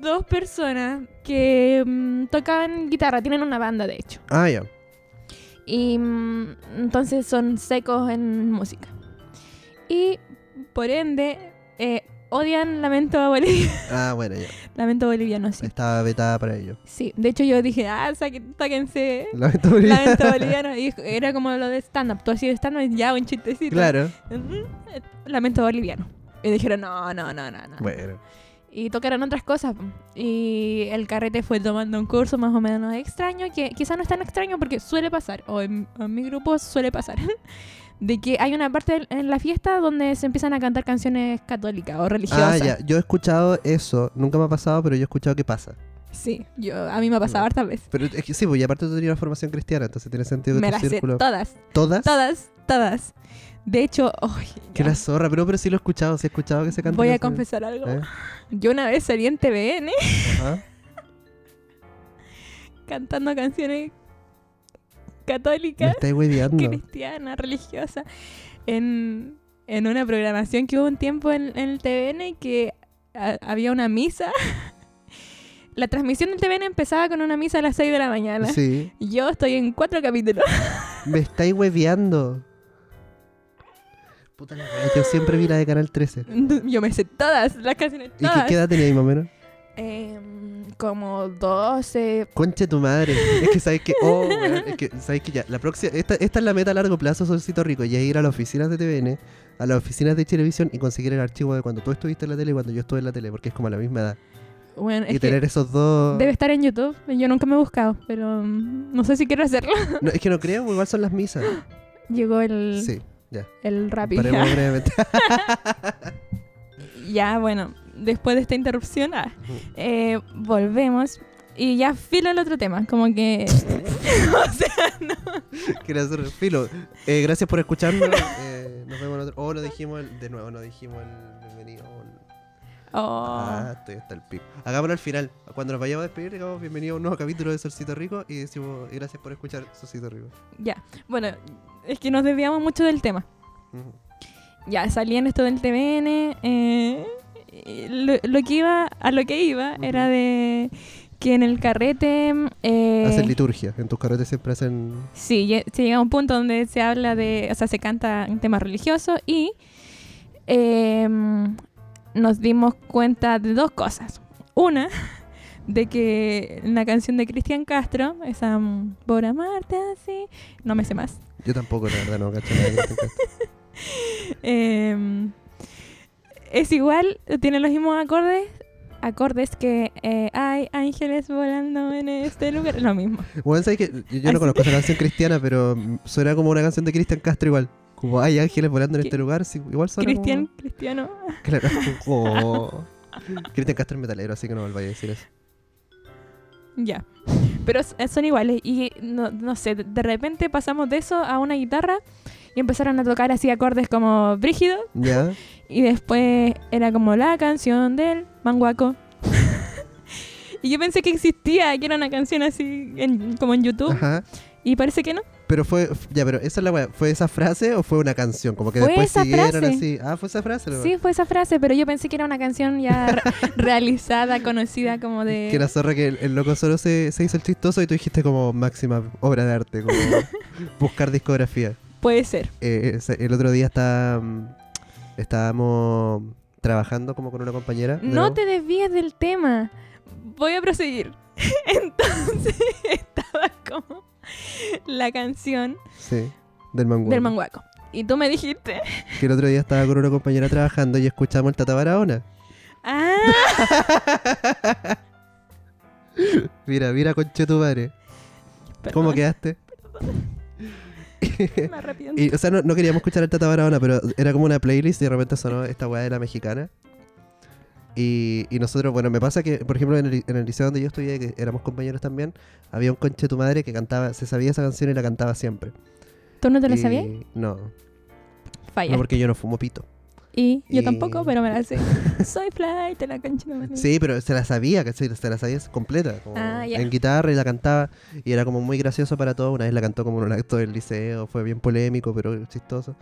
B: Dos personas que mm, tocaban guitarra, tienen una banda de hecho.
A: Ah, ya.
B: Y mm, entonces son secos en música. Y por ende, eh, odian Lamento Boliviano.
A: Ah, bueno, ya.
B: *laughs* Lamento Boliviano, sí.
A: Estaba vetada para ello.
B: Sí, de hecho yo dije, ah, saquen- sáquense
A: Lamento boliviano.
B: Lamento boliviano. Y era como lo de stand-up. Tú hacías stand-up y ya un chistecito.
A: *laughs* Claro.
B: Mm, Lamento boliviano. Y dijeron, no, no, no, no. no.
A: Bueno.
B: Y tocaron otras cosas. Y el carrete fue tomando un curso más o menos extraño, que quizá no es tan extraño porque suele pasar, o en, en mi grupo suele pasar, *laughs* de que hay una parte del- en la fiesta donde se empiezan a cantar canciones católicas o
A: Ah,
B: religiosas.
A: ya. Yo he escuchado eso. Nunca me ha pasado, pero yo he escuchado que pasa.
B: Sí, yo, a mí me ha pasado hartas veces.
A: Pero es que sí, pues, y aparte tú tenías una formación cristiana, entonces tiene sentido que
B: Me
A: tu
B: las sé
A: círculo. Ah,
B: todas,
A: ¿Todas?
B: todas, todas. De hecho, *laughs* ay,
A: Que
B: ya.
A: la zorra, pero, pero sí lo he escuchado, sí he escuchado que se canta.
B: Voy a
A: canciones.
B: confesar algo.
A: ¿Eh?
B: *laughs* Yo una vez salí en TVN
A: Ajá.
B: cantando canciones
A: Me
B: católicas,
A: estáis hueveando.
B: cristianas, religiosas, en, en una programación que hubo un tiempo en, en el TVN que a- había una misa. *laughs* La transmisión del TVN empezaba con una misa a las 6 de la mañana.
A: Sí.
B: Yo estoy en cuatro capítulos. *laughs*
A: Me estáis hueveando. Puta la wea, Yo siempre vi la de Canal 13.
B: Yo me sé todas las canciones,
A: ¿Y qué,
B: todas.
A: qué edad tenía ahí más o menos?
B: Em, como 12.
A: Conche tu madre. Es que sabes que. Oh, weón, es que sabes que ya. La próxima. Esta, esta es la meta a largo plazo, Solcito Rico. Y es ir a las oficinas de TVN, a las oficinas de televisión y conseguir el archivo de cuando tú estuviste en la tele y cuando yo estuve en la tele, porque es como la misma edad.
B: Bueno,
A: y
B: es que
A: tener esos dos.
B: debe estar en YouTube. Yo nunca me he buscado, pero mm, no sé si quiero hacerlo. *laughs*
A: No, es que no creo, igual son las misas.
B: Llegó el,
A: Sí,
B: el rap y
A: paremos
B: ya.
A: brevemente. *laughs*
B: Ya, bueno, después de esta interrupción, ah, eh, volvemos. Y ya filo el otro tema, como que... o sea, no.
A: Quiero hacer filo. Eh, gracias por escucharnos. Eh, nos vemos en otro. Oh, no dijimos el- de nuevo, no dijimos el bienvenido. Oh, no.
B: Oh.
A: Ah, estoy hasta el pico. Hagámoslo al final. Cuando nos vayamos a despedir, digamos bienvenido a un nuevo capítulo de Solcito Rico y decimos y gracias por escuchar Solcito Rico.
B: Ya, bueno, es que nos desviamos mucho del tema.
A: Ujú.
B: Ya, salí en esto del TVN. eh, y lo, lo que iba, a lo que iba
A: Ujú.
B: era de que en el carrete... eh,
A: Hacen liturgia. En tus carretes siempre hacen.
B: Sí, lle- se llega a un punto donde se habla de, o sea, se canta un tema religioso y em, nos dimos cuenta de dos cosas. Una, de que la canción de Cristian Castro, esa mm, por amarte así, no me sé más,
A: Yo tampoco, la verdad, no cacho nada. que tenga-
B: em, es igual, tiene los mismos acordes, acordes que eh, hay ángeles volando en este lugar, lo mismo.
A: Bueno, sabes que yo, yo no
B: Así-
A: conozco esa canción cristiana, pero mm, suena como una canción de Cristian Castro igual. Como hay ángeles volando en
B: Cri-
A: este lugar, sí, igual suena. como-
B: Cristian, cristiano.
A: Claro. *laughs* Oh. Cristian Castro es metalero, así que no me vaya a decir eso.
B: Ya. Pero s- eh, son iguales. Y no, no sé, de- de repente pasamos de eso a una guitarra y empezaron a tocar así acordes como brígido.
A: ¿Ya?
B: Y después era como la canción del manguaco. *laughs* y yo pensé que existía, que era una canción así en- como en YouTube.
A: Ajá.
B: Y parece que no.
A: Pero fue, f- ya, pero esa es la weá. ¿Fue esa frase o fue una canción? Como que
B: Fue
A: después
B: esa
A: siguieron
B: frase.
A: así. Ah, fue esa frase, la weá.
B: Sí, fue esa frase, pero yo pensé que era una canción
A: *laughs*
B: ya re- realizada, conocida como de...
A: Que era zorra que el, el loco solo se, se hizo el chistoso y tú dijiste como máxima obra de arte,
B: *laughs*
A: como buscar discografía.
B: Puede ser.
A: Eh, es- el otro día está, mm, estábamos trabajando como con una compañera. de
B: No
A: nuevo.
B: te desvíes del tema. Voy a proseguir. *laughs* Entonces *laughs* estaba como la canción
A: Sí, del manguaco.
B: del manguaco. Y tú me dijiste.
A: Que el otro día estaba con una compañera trabajando y escuchamos el Tata Barahona.
B: Ah,
A: Mira, mira, conche tu madre. ¿Cómo
B: Ah, perdón,
A: quedaste?
B: Me arrepiento.
A: Y, o sea, no, no queríamos escuchar el Tata Barahona, pero era como una playlist y de repente
B: *laughs*
A: sonó esta weá de la mexicana. Y, y nosotros, bueno, me pasa que, por ejemplo, en el, en el liceo donde yo estudié, que éramos compañeros también, había un conche tu madre que cantaba, se sabía esa canción y la cantaba siempre.
B: ¿Tú no Ah, te lo
A: Y-
B: sabías?
A: No,
B: Falla.
A: no porque yo no fumo pito.
B: y yo
A: y-
B: tampoco, pero me la
A: *laughs*
B: sé. Soy fly, te la cancha de madre.
A: Sí, pero se la sabía, ¿cachai? Se la sabía completa. como
B: Mm. Ah, ya.
A: En guitarra y la cantaba. Y era como muy gracioso para todos. Una vez la cantó como en un acto del liceo. Fue bien polémico, pero chistoso.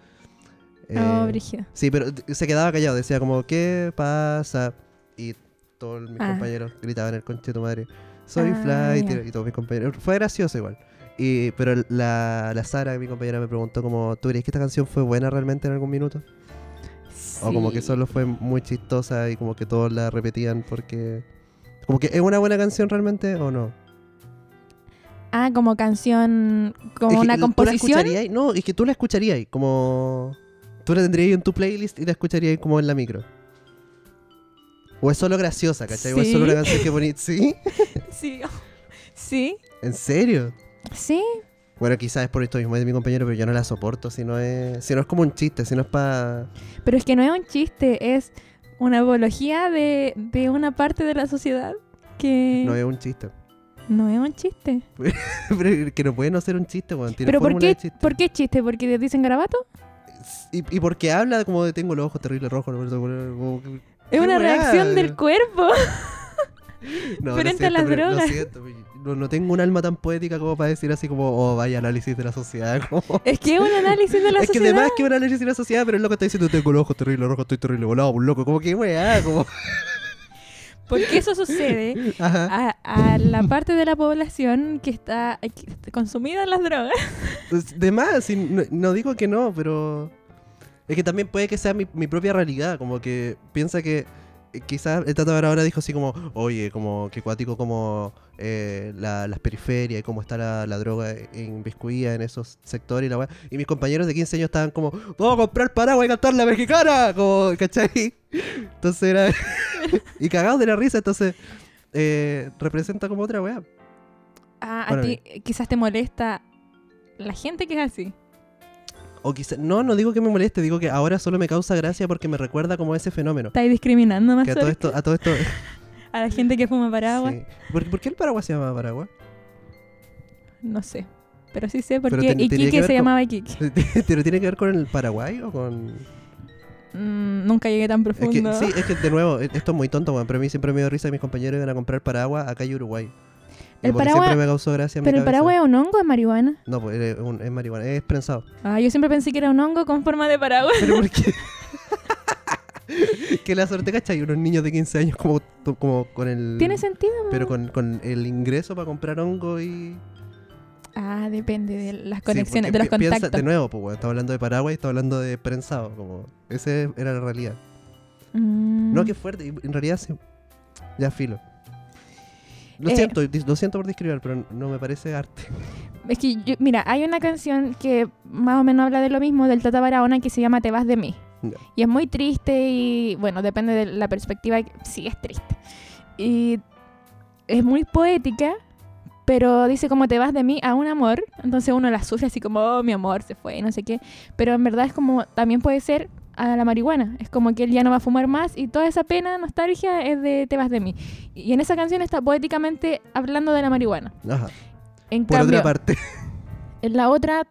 B: Oh,
A: Eh,
B: brígido.
A: sí, pero d- se quedaba callado. Decía como, ¿qué pasa? Y todos mis
B: Ah.
A: compañeros gritaban el conche de tu madre. Soy
B: Ah,
A: fly.
B: ya.
A: tira- Y todos mis compañeros. Fue gracioso igual. Y, pero la, la Sara, mi compañera, me preguntó como, ¿tú crees que esta canción fue buena realmente en algún minuto? O como que
B: Sí.
A: solo fue muy chistosa y como que todos la repetían porque... Como que es una buena canción realmente o no.
B: Ah, como canción, como
A: Es que
B: una
A: tú la
B: composición.
A: escucharías- no, es que tú la escucharías ahí, como... Tú la tendrías ahí en tu playlist y la escucharías ahí como en la micro. O es solo graciosa, ¿cachai? O es solo
B: Sí.
A: una canción
B: *laughs*
A: que bonita. ¿Sí?
B: Sí. *laughs* Sí.
A: ¿En serio?
B: Sí.
A: Bueno, quizás es por esto mismo de mi compañero, pero yo no la soporto. Si no es, si no es como un chiste, si no es para...
B: Pero es que no es un chiste, es una apología de, de una parte de la sociedad que
A: No
B: no es,
A: es un chiste. *laughs*
B: un chiste.
A: pero que no puede no ser un chiste, weón. Tiene
B: ¿Pero por
A: fórmula de
B: qué,
A: chiste.
B: por qué chiste? ¿Porque te dicen garabato?
A: Y, y porque habla como de tengo los ojos terribles rojos. por eso, como que-
B: Es una
A: weá?
B: reacción del cuerpo. *laughs*
A: No,
B: Frente
A: siento,
B: a las
A: pero- lo
B: drogas.
A: siento, pero no, no tengo un alma tan poética como para decir así como, oh, vaya análisis de la sociedad. *laughs* como-
B: Es que es un análisis de la
A: es que
B: sociedad.
A: además que un análisis de la sociedad, pero el loco está diciendo tengo los ojos terribles rojos, estoy terrible volado, un loco. Como que, weá, como... *laughs*
B: Porque eso sucede
A: Ajá.
B: a, a la parte de la población que está eh, que está consumida en las drogas.
A: Pues, De más, sí, no, no digo que no, pero... Es que también puede que sea mi, mi propia realidad, como que piensa que... eh, quizás el Tato ahora dijo así como, oye, como que cuático como eh, la- las periferias y cómo está la, la droga inviscuida en esos sectores y la weá. Y mis compañeros de 15 años estaban como, vamos a comprar paraguas y cantar la mexicana, como, ¿cachai? Entonces era... *laughs* y cagados de la risa, entonces eh, representa como otra weá.
B: Ah, a
A: Bueno,
B: ti eh, quizás te molesta la gente que es así.
A: O quizás, no, no digo que me moleste, digo que ahora solo me causa gracia porque me recuerda como ese fenómeno.
B: Estáis discriminando más
A: Que a todo
B: sobre-
A: esto, a todo
B: *laughs*
A: esto...
B: a la gente que fuma paraguas.
A: Sí. ¿Por, por qué el paraguas se llama paraguas?
B: No sé. Pero sí sé
A: Pero
B: por qué
A: ten- tenía que
B: Iquique se
A: ver con-
B: llamaba Iquique.
A: *laughs* ¿Pero tiene que ver con el Paraguay o con...?
B: Mm, nunca llegué
A: Es
B: tan
A: que,
B: profundo.
A: sí, es que de nuevo, e- esto es muy tonto, weón, pero a mí siempre me dio risa que mis compañeros iban a comprar paraguas acá en Uruguay. Y
B: El
A: porque
B: paraguas-
A: siempre me causó gracia en mi
B: Pero el
A: cabeza.
B: paraguas es un hongo, es marihuana.
A: No, pues es, un- es marihuana, es prensado.
B: Ah, yo siempre pensé que era un hongo con forma de paraguas.
A: ¿Pero por qué? *laughs* que la suerte, ¿cachai? Unos niños de 15 años como, to- como con el...
B: ¿Tiene sentido? po?
A: Pero con, con el ingreso para comprar hongo y...
B: Ah, depende de las
A: Sí,
B: conexiones,
A: porque
B: de los
A: pi- piensa-
B: contactos.
A: de nuevo, pues, weón, estamos hablando de paraguas y estamos hablando de prensado, como... Esa era la realidad.
B: Mm.
A: No, qué fuerte. y En realidad, sí. ya filo. Lo
B: Eh.
A: siento, dis- lo siento por discriminar, pero no me parece arte. *laughs*
B: Es que, yo- mira, hay una canción que más o menos habla de lo mismo, del Tata Barahona, que se llama Te vas de mí.
A: Ya.
B: Y es muy triste y, bueno, depende de la perspectiva, sí es triste. Y es muy poética, pero dice como te vas de mí a un amor, entonces uno la sufre así como, oh, mi amor se fue, y no sé qué. Pero en verdad es como, también puede ser a la marihuana, es como que él ya no va a fumar más y toda esa pena, nostalgia es de te vas de mí. Y en esa canción está poéticamente hablando de la marihuana.
A: Ajá.
B: En
A: Por
B: cambio,
A: otra parte, *laughs*
B: en la otra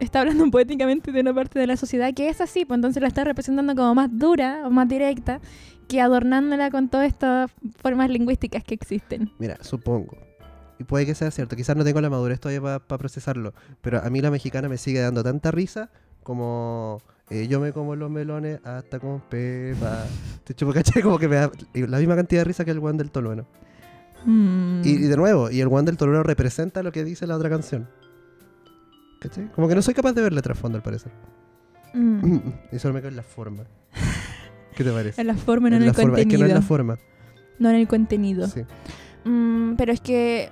B: está hablando *laughs* poéticamente de una parte de la sociedad que es así, pues entonces la está representando como más dura o más directa que adornándola con todas estas formas lingüísticas que existen.
A: mira, supongo. Y puede que sea cierto, quizás no tengo la madurez todavía para procesarlo, pero a mí la mexicana me sigue dando tanta risa como eh, yo me como los melones hasta con pepa. Te chupo *laughs* caché como que me da la misma cantidad de risa que el Juan del Tolueno.
B: Mm.
A: Y, y de nuevo, y el Juan del Tolueno representa lo que dice la otra canción. ¿Cachai? Como que no soy capaz de verle trasfondo al parecer.
B: Mm.
A: Y solo me quedo en la forma. ¿Qué te parece?
B: *laughs* En la forma, no en,
A: En
B: el
A: la forma. Es que
B: contenido.
A: no es la forma.
B: no en el contenido.
A: sí.
B: Mm, pero es que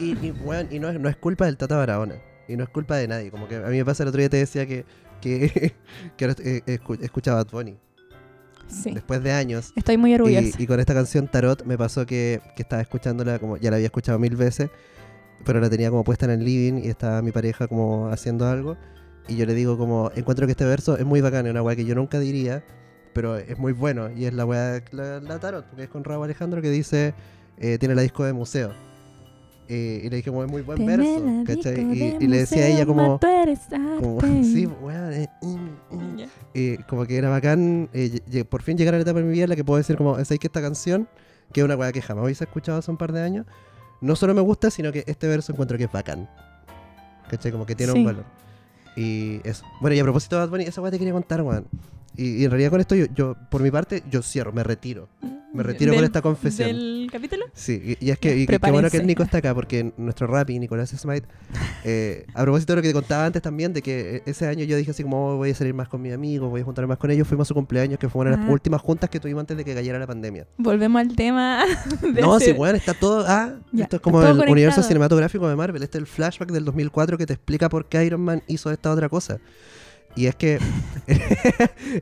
A: Y, y- y, weón, y no, es, no es culpa del Tata Barahona. Y no es culpa de nadie. Como que a mí me pasa el otro día te decía que, que, *laughs* que ahora eh, escu- escuchaba a Bad Bunny
B: sí,
A: después de años.
B: estoy muy orgullosa.
A: Y, y con esta canción Tarot me pasó que, que estaba escuchándola, como ya la había escuchado mil veces, pero la tenía como puesta en el living y estaba mi pareja como haciendo algo. Y yo le digo como, encuentro que este verso es muy bacán, es una weá que yo nunca diría, pero es muy bueno. Y es la weá, la, la Tarot, porque es con Raúl Alejandro que dice, eh, tiene la disco de museo. Eh, y le dije como, es muy buen
B: Tener
A: verso,
B: la
A: ¿cachai?
B: disco
A: Y,
B: de
A: y le decía a ella
B: museo, ma,
A: como...
B: tú eres
A: como, *laughs*
B: arte.
A: sí, weá, eh, mm, mm"
B: Ya.
A: eh, como que era bacán eh, lle- lle- por fin llegar a la etapa de mi vida en la que puedo decir como, ¿sabéis que esta canción, que es una weá que jamás hubiese escuchado hace un par de años, no solo me gusta, sino que este verso encuentro que es bacán. ¿Cachai? Como que tiene
B: Sí.
A: un valor. Y eso. Bueno, y a propósito de Bad Bunny, esa weá te quería contar, weón. Y, y en realidad con esto yo, yo, por mi parte, yo cierro, me retiro. Me retiro con
B: Del-
A: esta confesión.
B: ¿Del capítulo?
A: Sí, y, y es que y que- qué
B: Prepárense.
A: bueno que el Nico está acá, porque nuestro rap y Nicolás Smite, eh, a propósito de lo que te contaba antes también, de que eh, ese año yo dije así como "Oh, voy a salir más con mis amigos, voy a juntarme más con ellos, fuimos a su cumpleaños, que fue una de las
B: Ah.
A: últimas juntas que tuvimos antes de que cayera la pandemia.
B: Volvemos al tema. *laughs* de
A: No,
B: hace-
A: sí, bueno, está todo... Ah,
B: Ya,
A: esto es como
B: está todo
A: el
B: conectado.
A: universo cinematográfico de Marvel, este es el flashback del 2004 que te explica por qué Iron Man hizo esta otra cosa. Y es
B: *laughs*
A: que *laughs*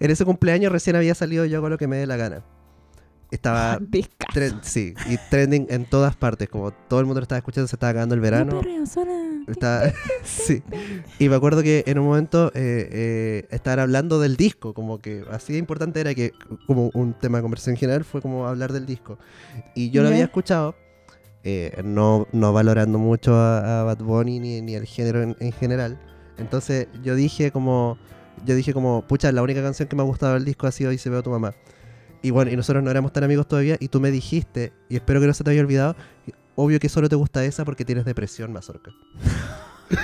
A: en ese cumpleaños recién había salido yo con lo que me dé la gana. Estaba
B: Disca.
A: Tren- sí, y trending en todas partes, como todo el mundo lo estaba escuchando, se estaba acabando el verano.
B: Mi perreo suena.
A: *laughs* Estaba- sí. Y me acuerdo que en un momento eh, eh, estaban hablando del disco, como que así de importante era que como un tema de conversación general fue como hablar del disco. Y yo lo
B: Ya.
A: había escuchado, eh, no, no valorando mucho a, a Bad Bunny ni, ni el género en, en general. Entonces yo dije como, yo dije como, pucha, la única canción que me ha gustado del disco ha sido Y se veo tu mamá. Y bueno, y nosotros no éramos tan amigos todavía y tú me dijiste, y espero que no se te haya olvidado, obvio que solo te gusta esa porque tienes depresión, Mazorca. *laughs*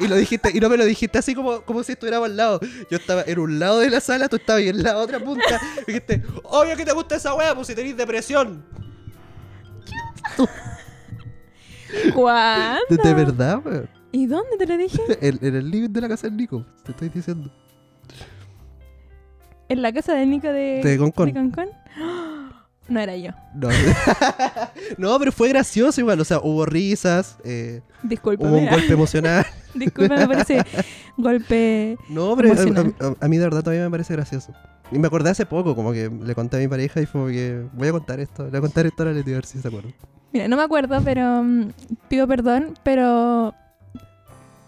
A: Y lo dijiste, y no me lo dijiste así como, como si estuviéramos al lado. Yo estaba en un lado de la sala, tú estabas en la otra
B: *laughs*
A: punta. Y dijiste, obvio que te gusta esa wea, pues si tenés depresión.
B: ¿Cuándo?
A: De, de verdad, weón. *laughs*
B: ¿Y dónde te lo dije?
A: En, en el living de la casa del Nico, te estoy diciendo.
B: en la casa de Nico de,
A: De Concón.
B: Concón. *gasps* No era yo.
A: No. *laughs* No, pero fue gracioso igual. O sea, hubo risas, eh, hubo un
B: Discúlpame.
A: golpe emocional.
B: *laughs* Discúlpame por
A: *laughs*
B: ese golpe.
A: No, pero
B: Emocional.
A: a, a- a- a mí de verdad todavía me parece gracioso. Y me acordé hace poco, como que le conté a mi pareja y fue como que voy a contar esto. Le voy a contar esto a la Leti a ver si se acuerda.
B: Mira, no me acuerdo, pero mm, pido perdón, pero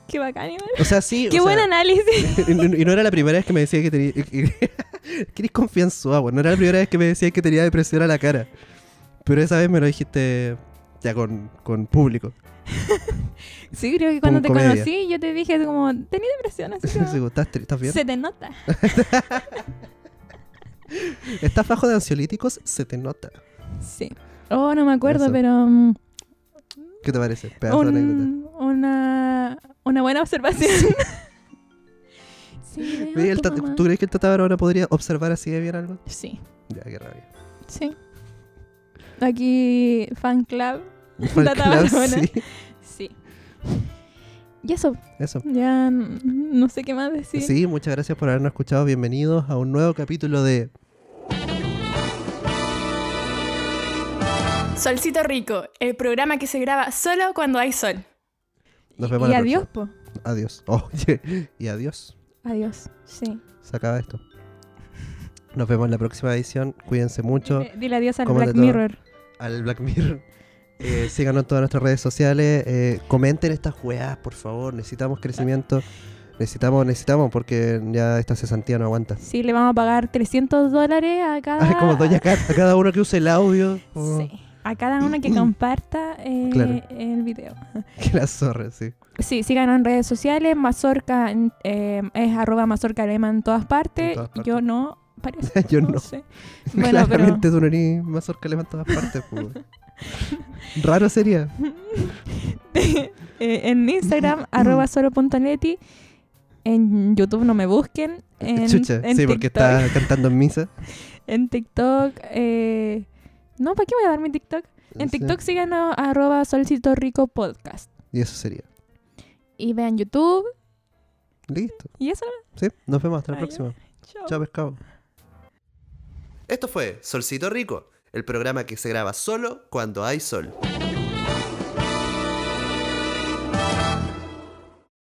B: qué bacán, igual.
A: O sea, sí.
B: Qué
A: o sea,
B: buen análisis.
A: *laughs* y, no- y no era la primera vez que me decía que tenía. *laughs* Que eres confianzuda, weón. No era la primera vez que me decía que tenía depresión a la cara. Pero esa vez me lo dijiste ya con, con público.
B: Sí, creo que cuando
A: Como
B: te
A: comedia.
B: conocí yo te dije como, tenía depresión, así
A: *laughs* Sí,
B: como,
A: como, ¿Estás, tri- estás bien?
B: se te nota.
A: ¿Estás bajo de ansiolíticos? Se te nota.
B: Sí. Oh, no me acuerdo,
A: Eso.
B: pero mm,
A: ¿Qué te parece? Pedazo de anécdota.
B: un- una, una buena observación. *laughs* sí,
A: Oye,
B: veo a
A: el
B: tu
A: tat-
B: mamá.
A: ¿Tú crees que el tatabra ahora podría observar así de bien algo?
B: Sí,
A: Ya, qué rabia.
B: sí. Aquí, fan club.
A: Fan
B: Tatabara,
A: club,
B: bueno.
A: sí.
B: Sí. Y eso,
A: Eso.
B: ya mm, no sé qué más
A: Sí.
B: decir.
A: muchas gracias por habernos escuchado. Bienvenidos a un nuevo capítulo de
C: Solcito Rico, el programa que se graba solo cuando hay sol.
A: Nos
B: Y-
A: vemos
B: y
A: la
B: adiós, po.
A: próxima. Adiós. *laughs* Oye, y adiós.
B: Adiós. Sí.
A: Se acaba esto. Nos vemos en la próxima edición. Cuídense mucho.
B: Dile, dile adiós al
A: cómate
B: Black
A: todo.
B: Mirror.
A: Al Black Mirror. Eh, síganos en todas nuestras redes sociales. Eh, comenten estas weas, por favor. Necesitamos crecimiento. Necesitamos, necesitamos, porque ya esta cesantía no aguanta. *laughs*
B: Sí, le vamos a pagar 300 dólares a cada...
A: Ah, como Doña Cat, a cada uno que use el audio. Oh,
B: Sí, a cada uno
A: *clears throat*
B: que comparta eh,
A: Claro.
B: el video.
A: Que la zorra, sí.
B: Sí, síganos en redes sociales. Mazorca en- eh, es arroba mazorca lema en todas partes.
A: En todas partes.
B: Yo no, parece.
A: *laughs* Yo no.
B: sé. Bueno, pero...
A: Claramente tú no eres más cerca en todas partes, po, weón. Raro sería.
B: Eh, en
A: *laughs*
B: Instagram, arroba solo.leti. En YouTube no me busquen. En,
A: Este, Chucha,
B: en
A: sí, porque
B: TikTok-
A: está cantando en misa.
B: En TikTok. eh, No, ¿para qué voy a dar mi TikTok? En
A: Sí.
B: TikTok síganos, arroba solcito rico podcast.
A: Y eso sería.
B: Y vean YouTube.
A: Listo.
B: Y eso,
A: Sí, nos vemos hasta la
B: Ah, ya.
A: próxima.
B: chao.
A: Chao, pescado. Esto fue Solcito Rico, el programa que se graba solo cuando hay sol.